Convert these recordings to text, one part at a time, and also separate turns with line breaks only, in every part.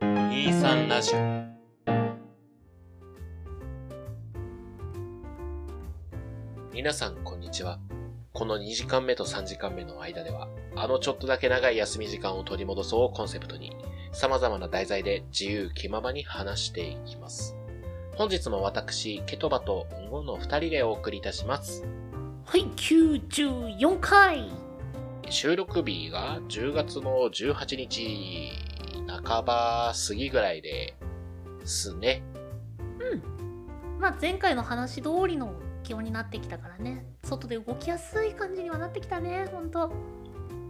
23ラジオ皆さんこんにちはこの2時間目と3時間目の間ではあのちょっとだけ長い休み時間を取り戻そうをコンセプトに様々な題材で自由気ままに話していきます本日も私ケトバとンゴの2人でお送りいたします
はい、94回
収録日が10月の18日半ば過ぎぐらいですね。
まあ前回の話通りの気温になってきたからね外で動きやすい感じにはなってきたねほんと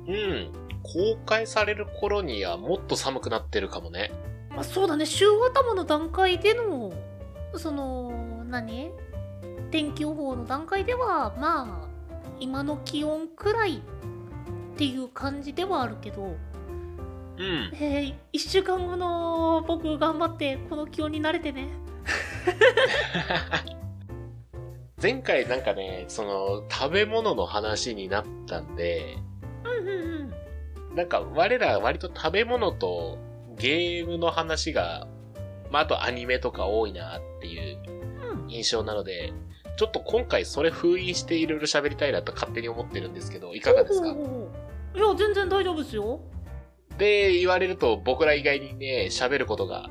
うん。公開される頃にはもっと寒くなってるかもね。
まあそうだね週頭の段階でのその何天気予報の段階ではまあ今の気温くらいっていう感じではあるけど
うん。
えー、1週間後の僕頑張ってこの気温に慣れてね
前回なんかね、その食べ物の話になったんで、
うんうんうん
なんか我ら割と食べ物とゲームの話が、まあ、あとアニメとか多いなっていう印象なので、ちょっと今回それ封印していろいろ喋りたいなと勝手に思ってるんですけど、いかがですか
ほうほうほういや全然大丈夫ですよ
で、言われると僕ら以外にね、喋ることが、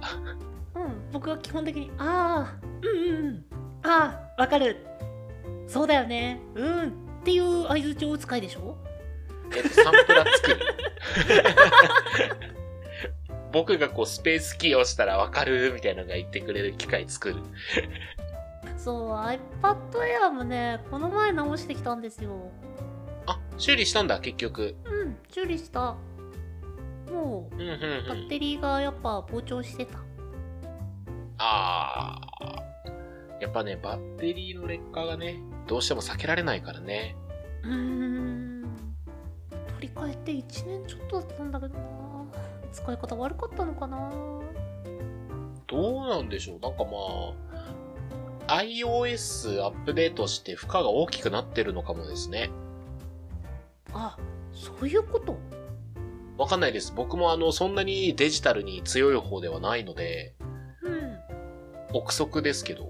うん、僕は基本的に、ああ、うんうんうん、ああ、わかる、そうだよね、うんっていう相づちを打つ回でしょ
えっと、サンプラ作る。 僕がこうスペースキーを押したらわかるみたいなのが言ってくれる機械作る。
そう、iPad Air もね、この前直してきたんですよ。
あ、修理したんだ、結局。
うん、修理した。も
うんうんう
う、バッ
ん。
テリーがやっぱ膨張してた。
あー。やっぱね、バッテリーの劣化がね、どうしても避けられないからね。
うーん、取り替えて1年ちょっとだったんだけどな。使い方悪かったのかな。
どうなんでしょうなんかまあ、iOS アップデートして負荷が大きくなってるのかもですね。
あ、そういうこと
わかんないです。僕もあの、そんなにデジタルに強い方ではないので、
うん。
憶測ですけど。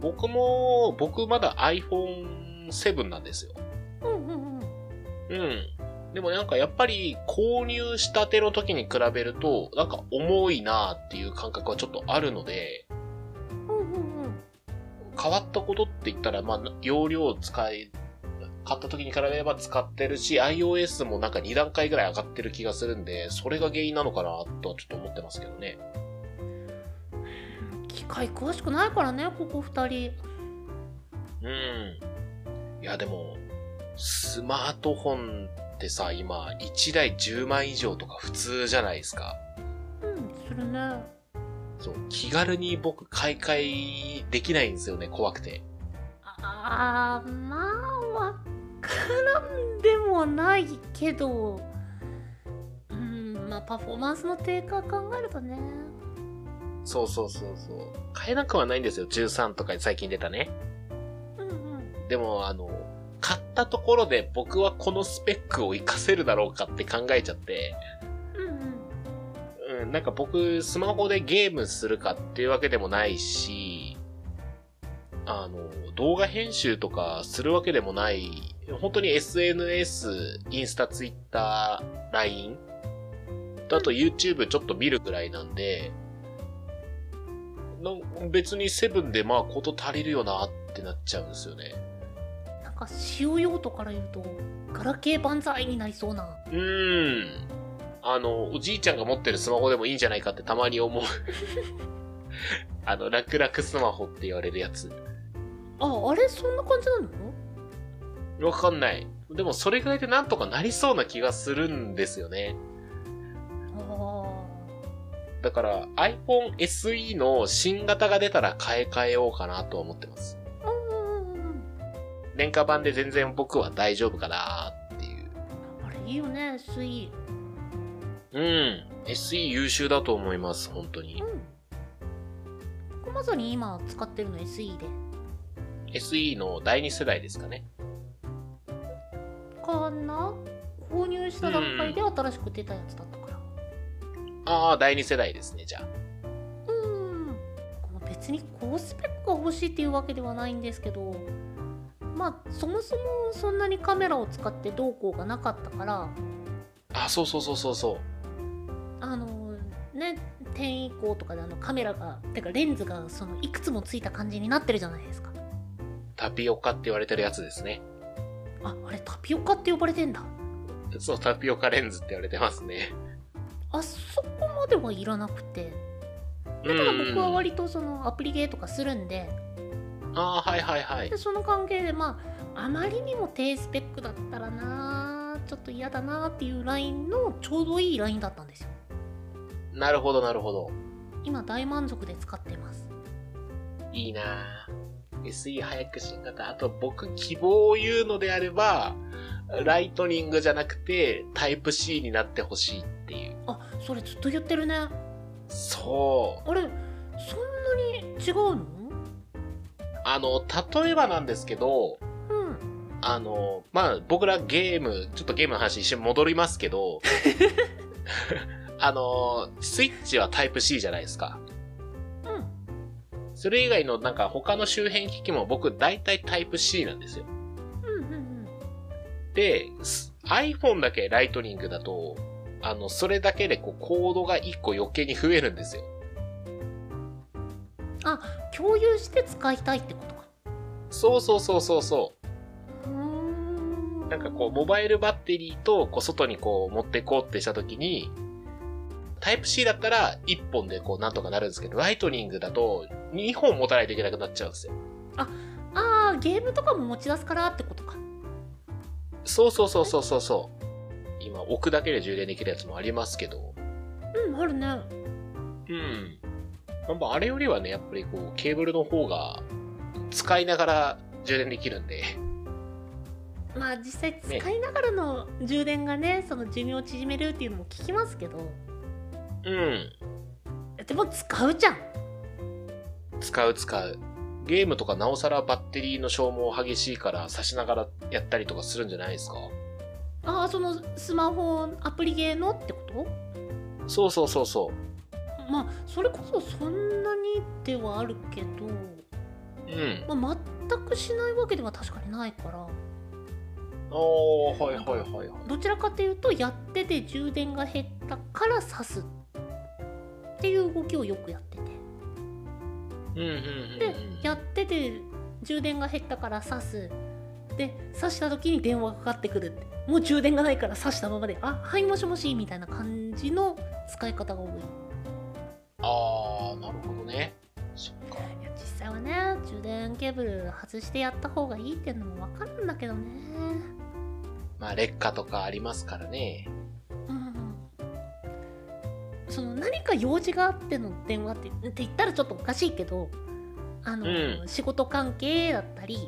僕も、僕まだ iPhone7 なんですよ。
うんうんうん。
うん。でもなんかやっぱり購入したての時に比べると、なんか重いなっていう感覚はちょっとあるので、
うんうんうん。
変わったことって言ったら、まあ、容量を使い、買った時に比べれば使ってるし、iOS もなんか2段階ぐらい上がってる気がするんで、それが原因なのかなとはちょっと思ってますけどね。
機械詳しくないからねここ2人
うん。いや、でも、スマートフォンってさ、今、1台10万以上とか普通じゃないですか。
うんするね
そう、気軽に僕買い替えできないんですよね、怖くて。
あーまあわからんでもないけどうんまあパフォーマンスの低下考えるとね
そうそうそうそう。買えなくはないんですよ、13とか最近出たね。
うんうん
でも、あの、買ったところで僕はこのスペックを活かせるだろうかって考えちゃって、
うんうん
うん、なんか僕、スマホでゲームするかっていうわけでもないし、あの、動画編集とかするわけでもない、本当に SNS、インスタ、ツイッター、LINE、とあと YouTube ちょっと見るぐらいなんで、なん別にセブンでまあこと足りるよなってなっちゃうんですよね。
なんか使用用途から言うとガラケー万歳になりそうな
うーん。あの、おじいちゃんが持ってるスマホでもいいんじゃないかってたまに思う。 あの、楽々スマホって言われるやつ。
ああれそんな感じなの
わかんない。でもそれぐらいでなんとかなりそうな気がするんですよね。
あ
だから iPhone SE の新型が出たら買い替えようかなとは思ってます。
あうんうんうんうん
廉価版で全然僕は大丈夫かなっていう。
あれいいよね SE
うん。SE 優秀だと思います、本当に
う。ん僕まさに今使ってるの SE で
SE の第2世代ですかね。
かな購入した段階で新しく出たやつだったから、
ああ、第二世代ですね、じゃあ。
うん別に高スペックが欲しいっていうわけではないんですけどまあそもそもそんなにカメラを使ってどうこうがなかったから
あ、そうそうそうそうそう。
あのね10以降とかであのカメラがてかレンズがそのいくつもついた感じになってるじゃないですか
タピオカって言われてるやつですね。
ああれタピオカって呼ばれてんだ
そう、タピオカレンズって言われてますね。
あそこまではいらなくて
う
だから
ん。
僕は割とそのアプリゲーとかするんで
ああ、はいはいはい
で。その関係でまああまりにも低スペックだったらなあちょっと嫌だなあっていうラインのちょうどいいラインだったんですよ
なるほどなるほど。
今大満足で使ってます
いいなぁ SE 早く新型。あと僕希望を言うのであれば、ライトニングじゃなくてタイプ C になってほしいっていう。
あそれずっと言ってるねあ
そう。
れそんなに違うの
あの、例えばなんですけど、
うん
あの、まあ、僕らゲーム、ちょっとゲームの話一瞬戻りますけ ど、あの、スイッチはタイプ C じゃないですか。
うん
それ以外のなんか他の周辺機器も僕大体タイプ C なんですよ。
うんうんうん
で、す iPhone だけライトニングだと、あの、それだけでこうコードが1個余計に増えるんですよ。
共有して使いたいってことか
そうそうそうそうそう
ーん
う。なんかこう、モバイルバッテリーとこう外にこう持ってこうってした時に、タイプ C だったら1本でこうなんとかなるんですけど、ライトニングだと2本持たないといけなくなっちゃうんですよ。
あーゲームとかも持ち出すからってことか
そうそうそうそうそうそう。今置くだけで充電できるやつもありますけど。
うんあるね
うん。やっぱあれよりはね、やっぱりこう、ケーブルの方が、使いながら充電できるんで。
まあ実際使いながらの充電がねその寿命を縮めるっていうのも聞きますけど
うん。
でも使うじゃん
使う使う。ゲームとかなおさらバッテリーの消耗激しいから、差しながらやったりとかするんじゃないですか
ああそのスマホアプリゲーのってこと
そうそうそうそ
まあそれこそそんなにではあるけ
う。うん。
ど、まあ、全くしないわけでは確かにないから
おー、はいはいはいはい。
どちらかというとやってて充電が減ったから刺すっていう動きをよくやってて
うんうんうん
で
うん。
やってて充電が減ったから刺すで刺した時に電話がかかってくるってもう充電がないから刺したままで「あはいもしもし」みたいな感じの使い方が多い
あー、なるほどね。そっか。
いや実際はね充電ケーブル外してやった方がいいっていうのも分かるんだけどね
まあ、劣化とかありますからね。
うんその何か用事があっての電話ってって言ったらちょっとおかしいけどあの、
う
仕事関係だったり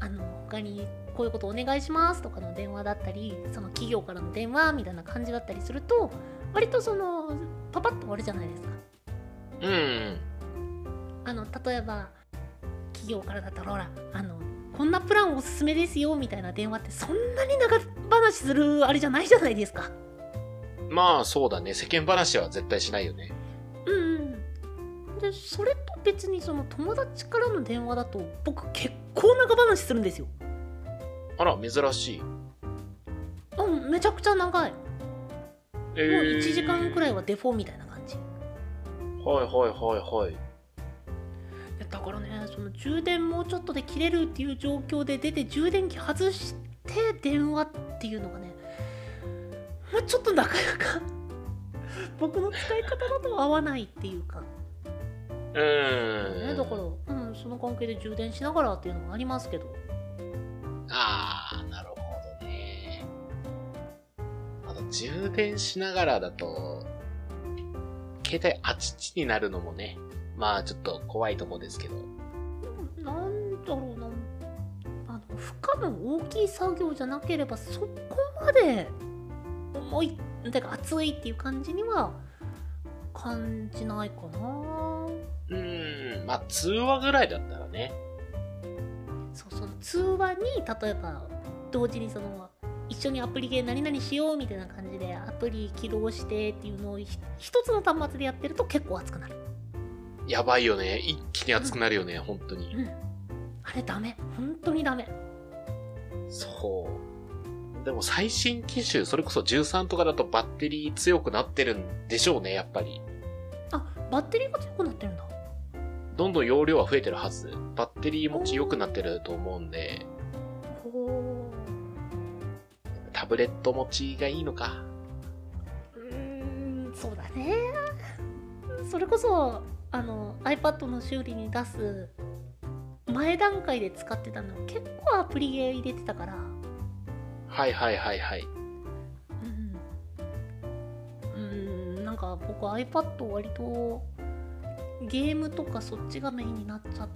あの他にこういうことお願いしますとかの電話だったりその企業からの電話みたいな感じだったりすると割とそのパパッと終わるじゃないですか。
うんうん。
あの例えば企業からだったらほらあのこんなプランおすすめですよみたいな電話ってそんなに長話するあれじゃないじゃないですか。
まあ、そうだね。世間話は絶対しないよね。
うんうん、でそれと別にその友達からの電話だと僕結構長話するんですよ。
あら、珍しい。
うんめちゃくちゃ長い。も
え
う1時間くら
い。
いはデフォみたいな感じ。
はいはいはいはい。
いやだからねその充電もうちょっとで切れるっていう状況で出て充電器外して電話っていうのがねまあちょっとなかなか 僕の使い方だと合わないっていうか、
うー
ね、
ん。
だから、うん、その関係で充電しながらっていうのもありますけど
あー、なるほどね。あと、充電しながらだと、携帯あちちになるのもね、まあちょっと怖いとこですけど。
なんだろうなあの負荷の大きい作業じゃなければそこまで重いてか熱いっていう感じには感じないか
う
な。
ーん、まあ通話ぐらいだったらね。
そうその通話に例えば同時にその一緒にアプリゲー何々しようみたいな感じでアプリ起動してっていうのをひ一つの端末でやってると結構熱くなる、
やばいよね。一気に熱くなるよね、本当に。
うん、あれダメ本当にダメ
そう。でも最新機種、それこそ13とかだとバッテリー強くなってるんでしょうね、やっぱり。
あバッテリーが強くなってるんだ
どんどん容量は増えてるはず。バッテリーも強くなってると思うんで、
ほ
タブレット持ちがいいのか。
ううーんそうだねそれこそあの iPad の修理に出す前段階で使ってたの結構アプリゲー入れてたから
はいはいはいはい。
うんうんなんか僕 iPad 割とゲームとかそっちがメインになっちゃっ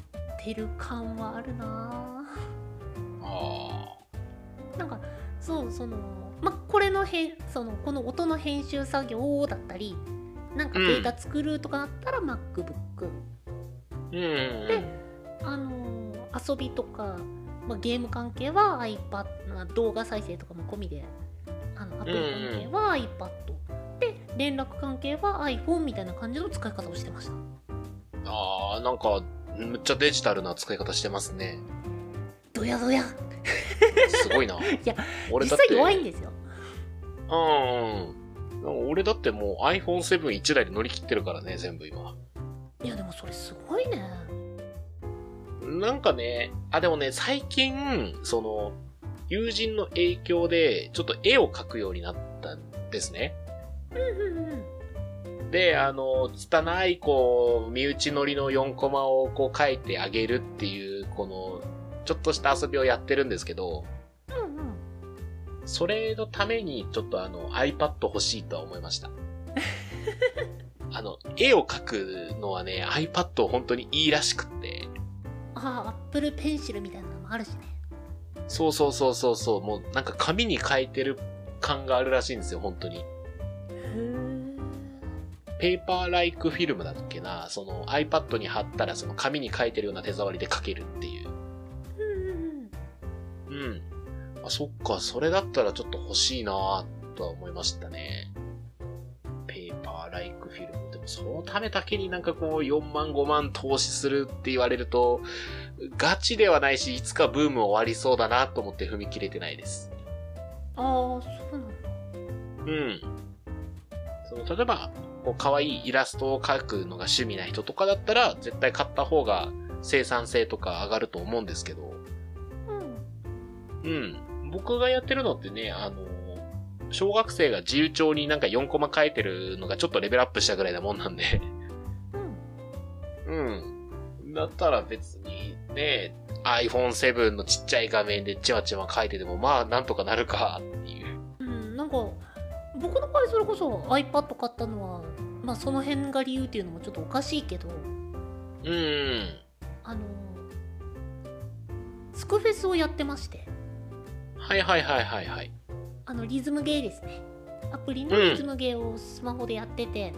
てる感はあるな
あ
なんかそうそのまこれのへんそのこの音の編集作業だったりなんか
うん
データ作るとかだったら MacBook、
あ。うんうんうん。
あのー遊びとか、まあ、ゲーム関係は iPad、まあ、動画再生とかも込みであのアプリ関係は iPad、で連絡関係は iPhone みたいな感じの使い方をしてました
ああ、なんか、むっちゃデジタルな使い方してますね。
ど やどや
すごい な。い
や、
俺
実
だって
際弱いんですよ
うんうん。なんか俺だってもう iPhone71 台で乗り切ってるからね、全部今。
いやでもそれすごいね
なんかね、あ、でもね、最近、その、友人の影響で、ちょっと絵を描くようになったんですね。
うんうんうん
で、あの、拙い、こう、身内乗りの4コマをこう描いてあげるっていう、この、ちょっとした遊びをやってるんですけど、
うんうん
それのために、ちょっとあの、iPad 欲しいとは思いました。あの、絵を描くのはね、iPad 本当にいいらしくって。
ああ Apple Pencil みたいなのもあるしね
そうそうそうそうそう、もうなんか紙に書いてる感があるらしいんですよ、本当に。
へえ
ペーパーライクフィルムだっけな、その iPad に貼ったらその紙に書いてるような手触りで書けるっていう。
うんうん
うん。あ、そっか、それだったらちょっと欲しいなぁとは思いましたね。ペーパーライクフィルム。でもそのためだけになんかこう4万5万投資するって言われると、ガチではないし、いつかブーム終わりそうだなと思って踏み切れてないです。
ああそうなんだ
うん。その、例えば、こう、可愛いイラストを描くのが趣味な人とかだったら、絶対買った方が生産性とか上がると思うんですけど、
うん
うん。僕がやってるのってね、あの、小学生が自由帳になんか4コマ書いてるのがちょっとレベルアップしたぐらいなもんなんで、
うん
うん。だったら別にね、iPhone7 のちっちゃい画面でちわちわ書いてても、まあなんとかなるかっていう。
うん、なんか僕の場合それこそ iPad 買ったのは、まあ、その辺が理由っていうのもちょっとおかしいけど
うん。
あのスクフェスをやってまして
はいはいはいはいはい。
あのリズムゲーですねアプリのリズムゲーをスマホでやってて、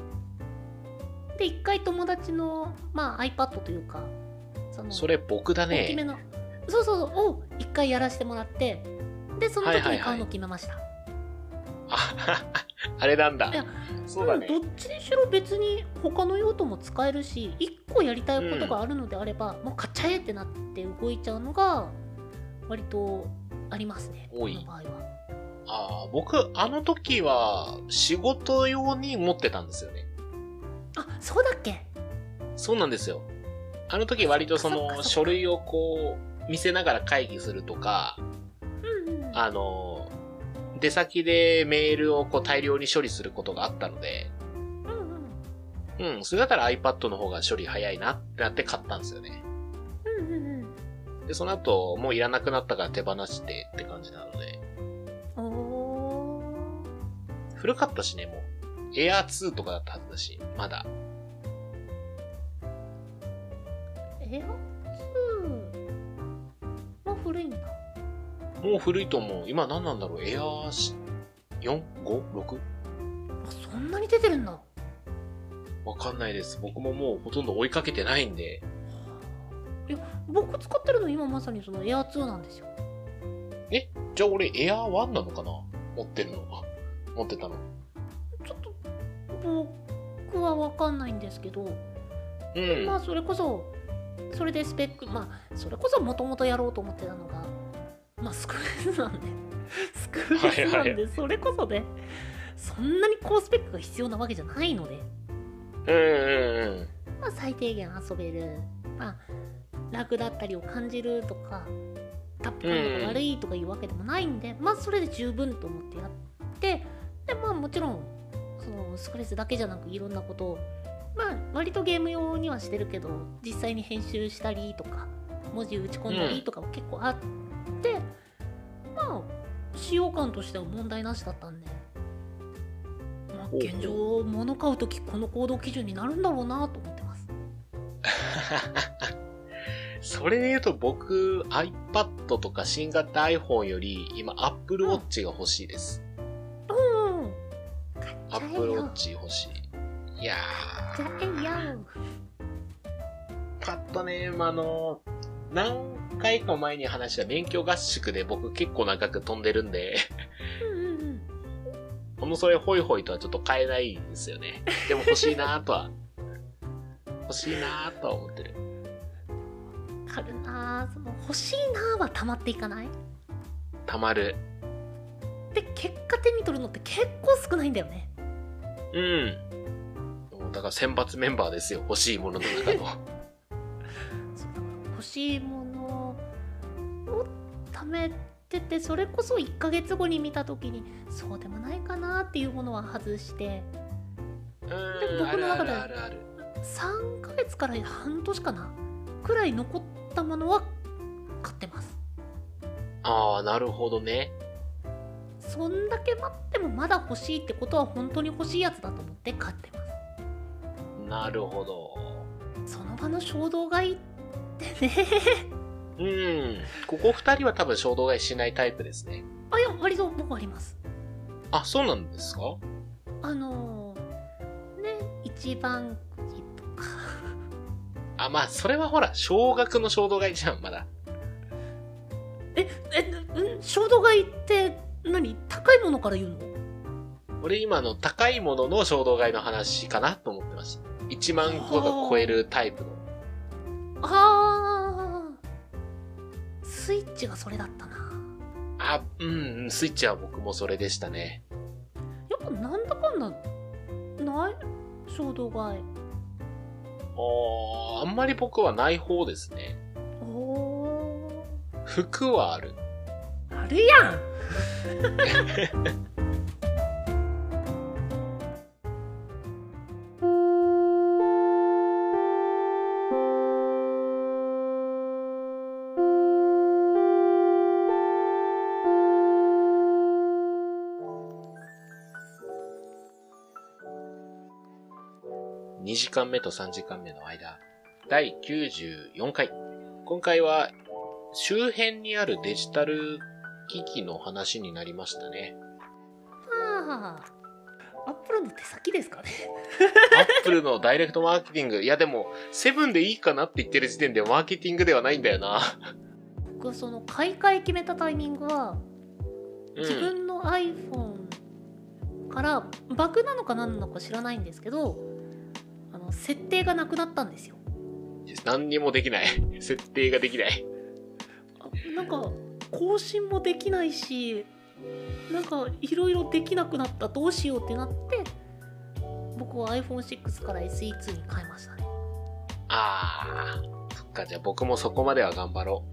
で一回友達の、まあ、iPad というかその
それ僕だね。
大きめのそうそうを一回やらせてもらってでその時に買うの決めました、
あ あれなんだ
いや。
そうだね。
うんどっちにしろ別に他の用途も使えるし1個やりたいことがあるのであれば、もう買っちゃえってなって動いちゃうのが割とありますね
多い
僕の場合は
あー僕、あの時は、仕事用に持ってたんですよね。
あそうだっけ
そうなんですよ。あの時割とそ
そっかそっ
の、
か
書類をこう、見せながら会議するとか、
うんうん
あの、出先でメールをこう大量に処理することがあったので、
うんうん
うん、それだったら iPad の方が処理早いなってなって買ったんですよね。
うんうん
で、その後、もういらなくなったから手放してって感じなので、
うんおー
古かったしね、もう。Air2 とかだったはずだし、まだ。
エア2も古いんだ
もう古いと思う。今何なんだろうエアーし 4?5?6?
あそんなに出てるんだ
わかんないです。僕ももうほとんど追いかけてないんで。
いや僕使ってるの今まさにそのエア2なんですよ
じゃあ俺エアー1なのかな持ってるの。持ってたの。
ちょっと僕は分かんないんですけど、
うん。
まあそれこそそれでスペックまあそれこそもともとやろうと思ってたのがまあスクールなんでスクールなん
はい
でそれこそねそんなに高スペックが必要なわけじゃないので
うんうんうん。
まあ最低限遊べるまあ楽だったりを感じるとかタップ感度が悪いとかいうわけでもないんで、まあそれで十分と思ってやってでまあもちろんそのスクレスだけじゃなくいろんなことをまあ割とゲーム用にはしてるけど実際に編集したりとか文字打ち込んだりとかも結構あって、まあ使用感としては問題なしだったんで、まあ、
ほうほう
現状物買う時この行動基準になるんだろうなと思ってます。
それで言うと僕 iPad とか新型 iPhone より今 Apple Watch が欲しいです。
うん。買っちゃえ
Apple
よ。
Watch 欲しい。いや
買っちゃえよ。
ー、パッとね、まああの、何回か前に話した免許合宿で僕結構長く飛んでるんで、
うんうんうん。
ほんのそれホイホイとはちょっと買えないんですよね。でも欲しいなーとは、欲しいなーとは思ってる。
わかるなーその欲しいなーは溜まっていかない
たまる。
で結果手に取るのって結構少ないんだよね
うん。だから選抜メンバーですよ、欲しいものの中の。
そうだから欲しいものを貯めててそれこそ1ヶ月後に見た時にそうでもないかなーっていうものは外して
うん
僕の
ある
中で
あるあるある。
3ヶ月から半年かなくらい残ったものは買ってます
ああ、なるほどね。
そんだけ待ってもまだ欲しいってことは本当に欲しいやつだと思って買ってます
なるほど。
その場の衝動買いってね
うん。ここ二人は多分衝動買いしないタイプですね。
あいや割と僕あります
あ、そうなんですか
あのー、ね一番くじとか
あ、まあ、それはほら、少額の衝動買いじゃん、まだ。
ええうん衝動買いって何高いものから言うの
俺今の高いものの衝動買いの話かなと思ってました。1万個が超えるタイプの。
あースイッチがそれだったな
あ、うん、スイッチは僕もそれでしたね。
やっぱなんだかんだない衝動買い
あーあんまり僕はない方ですね。
おー
服はある。
あるやん
2時間目と3時間目の間、第94回。今回は、周辺にあるデジタル機器の話になりましたね。
ああアップルの手先ですかね
アップルのダイレクトマーケティング。いやでも、セブンでいいかなって言ってる時点でマーケティングではないんだよな。
僕はその買い替え決めたタイミングは
うん
自分の iPhone からバグなのか何なのか知らないんですけどあの設定がなくなったんですよ
何にもできない。設定ができない。
あなんか更新もできないしなんかいろいろできなくなったどうしようってなって僕は iPhone6 から SE2 に変えましたね
あー。そっか、じゃあ僕もそこまでは頑張ろ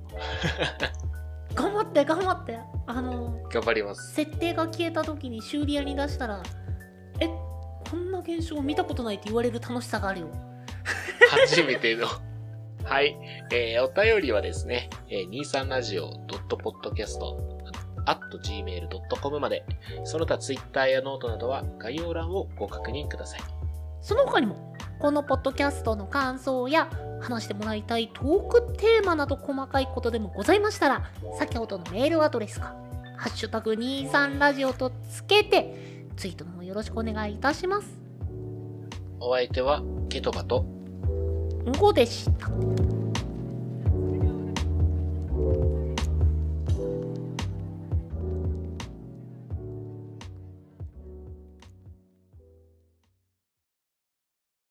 頑張って頑張ってあの
う。頑張ります。
設定が消えた時に修理屋に出したら「えこんな現象見たことない」って言われる楽しさがあるよ
初めての。はい。えー、お便りはですね、えー、23radio.podcast.gmail.com まで、その他ツイッターやノートなどは概要欄をご確認ください。
その他にもこのポッドキャストの感想や話してもらいたいトークテーマなど細かいことでもございましたら先ほどのメールアドレスか「ハッシュタグ #23 ラジオ」とつけてツイートの方よろしくお願いいたします。
お相手は、ケトバと、
んごでした。